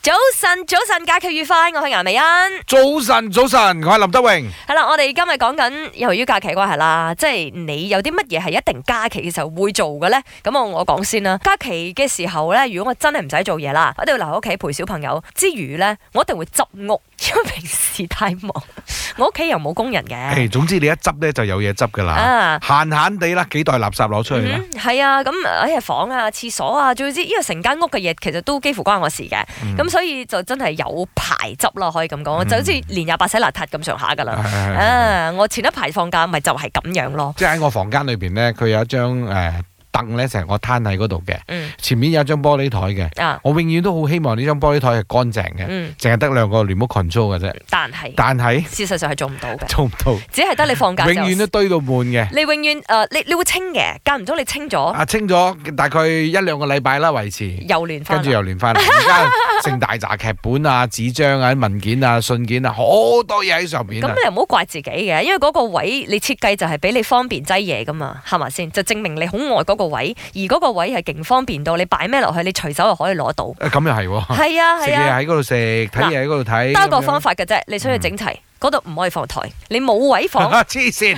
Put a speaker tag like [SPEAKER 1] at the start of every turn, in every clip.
[SPEAKER 1] 早晨，早晨，假期愉快，我係顏美欣。
[SPEAKER 2] 早晨，早晨，我係林德榮。
[SPEAKER 1] 係啦，我哋今日講緊由於假期關係啦，即係你有啲乜嘢係一定假期嘅時候會做嘅咧？咁我我講先啦，假期嘅時候咧，如果我真係唔使做嘢啦，我一定要留喺屋企陪小朋友之餘咧，我一定會執屋，因 為平時太忙， 我屋企又冇工人嘅。
[SPEAKER 2] 誒，總之你一執咧就有嘢執噶啦，
[SPEAKER 1] 啊，
[SPEAKER 2] 閒閒地啦，幾袋垃圾攞出去啦。
[SPEAKER 1] 嗯係啊，咁哎呀房啊、廁所啊，總之呢個成間屋嘅嘢其實都幾乎關我事嘅，咁、所以就真係有排執咯，可以咁講，
[SPEAKER 2] 嗯
[SPEAKER 1] 就好似連廿八洗邋遢咁上下噶啦。
[SPEAKER 2] 誒
[SPEAKER 1] 啊！我前一排放假咪就係咁樣咯。
[SPEAKER 2] 即係喺我房間裏邊咧，佢有一張誒凳咧，成日我攤喺嗰度嘅，
[SPEAKER 1] 嗯
[SPEAKER 2] 前面有一張玻璃台嘅。
[SPEAKER 1] 啊
[SPEAKER 2] 我永遠都好希望呢張玻璃台係乾淨嘅，
[SPEAKER 1] 嗯，
[SPEAKER 2] 淨係得兩個 remote control 嘅啫。
[SPEAKER 1] 但係
[SPEAKER 2] 但係
[SPEAKER 1] 事實上係做唔到嘅，
[SPEAKER 2] 做唔到，
[SPEAKER 1] 只係得你放假
[SPEAKER 2] 永遠
[SPEAKER 1] 就
[SPEAKER 2] 都堆到滿嘅。
[SPEAKER 1] 你永遠誒、呃你你會清嘅，間唔中你清咗
[SPEAKER 2] 啊，清咗大概一兩個禮拜啦，維持。
[SPEAKER 1] 又亂翻
[SPEAKER 2] 跟住。又 連翻嚟，而家成大扎劇本啊、紙張啊、文件啊、信件啊，好多嘢喺上面啊
[SPEAKER 1] 咁。你又唔好怪自己嘅，因為嗰個位你設計就係俾你方便擠嘢噶嘛，係咪先？就證明你好愛嗰個位，而嗰個位係勁方便到你擺咩落去，你隨手就可以攞到。
[SPEAKER 2] 啊咁又係喎，
[SPEAKER 1] 係啊
[SPEAKER 2] 食
[SPEAKER 1] 係
[SPEAKER 2] 嘢
[SPEAKER 1] 啊，
[SPEAKER 2] 喺嗰度食，睇
[SPEAKER 1] 嗱
[SPEAKER 2] 嘢喺嗰度睇。
[SPEAKER 1] 得一個
[SPEAKER 2] 咁樣
[SPEAKER 1] 方法嘅啫，你需要整齊，嗰度唔可以放台，你冇位放，
[SPEAKER 2] 黐線，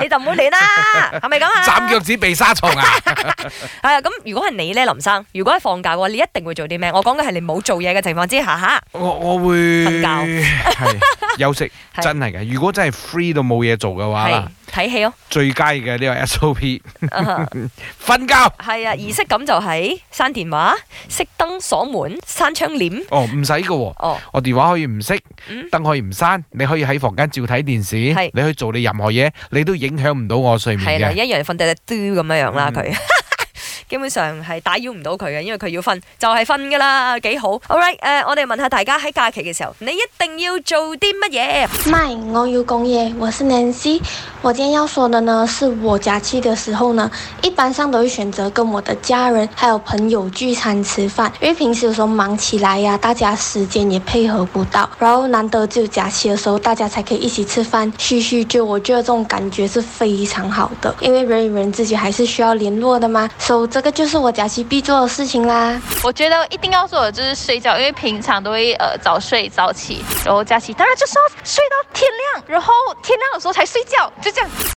[SPEAKER 1] 你就唔好亂啦，係咪咁啊？
[SPEAKER 2] 斬腳趾避沙蟲 啊！
[SPEAKER 1] 係啊，咁如果係你咧，林生，如果係放假嘅話，你一定會做啲咩？我講嘅係你冇做嘢嘅情況之下吓，
[SPEAKER 2] 我我會
[SPEAKER 1] 瞓覺
[SPEAKER 2] 係休息，
[SPEAKER 1] 係
[SPEAKER 2] 真係嘅。如果真係 free 到冇嘢做嘅話
[SPEAKER 1] 係
[SPEAKER 2] 啦，
[SPEAKER 1] 睇戲咯，
[SPEAKER 2] 最佳嘅呢個 SOP，
[SPEAKER 1] 啊
[SPEAKER 2] 瞓覺。
[SPEAKER 1] 係啊，儀式感就係閂電話、熄燈、鎖門、閂窗簾。
[SPEAKER 2] 哦，唔使嘅喎。
[SPEAKER 1] 哦，
[SPEAKER 2] 我電話可以唔熄
[SPEAKER 1] 嗯，
[SPEAKER 2] 燈可以唔閂，你可以喺房間照睇電視，
[SPEAKER 1] 係
[SPEAKER 2] 你可以做你任何嘢，你都影響唔到我睡
[SPEAKER 1] 係
[SPEAKER 2] 眠
[SPEAKER 1] 啦，
[SPEAKER 2] 嘅。
[SPEAKER 1] 一樣瞓第滴嘟咁樣樣啦，
[SPEAKER 2] 嗯
[SPEAKER 1] 佢。 基本上係打擾唔到佢嘅，因為佢要瞓就係瞓噶啦，幾好。All right，誒、我哋問下大家喺假期嘅時候，你一定要做啲乜嘢？
[SPEAKER 3] 麦，我有工业，我是 Nancy。我今天要说的呢，是我假期的时候呢，一般上都会选择跟我的家人还有朋友聚餐吃饭，因为平时有时候忙起来呀、大家时间也配合不到，然后难得只有假期的时候，大家才可以一起吃饭叙叙旧。我觉得这种感觉是非常好的，因为人与人之间还是需要联络的嘛。所、so, 以这个就是我假期必做的事情啦。
[SPEAKER 4] 我觉得一定要做的就是睡觉，因为平常都会呃早睡早起，然后假期当然就是要睡到天亮，然后天亮的时候才睡觉，就这样。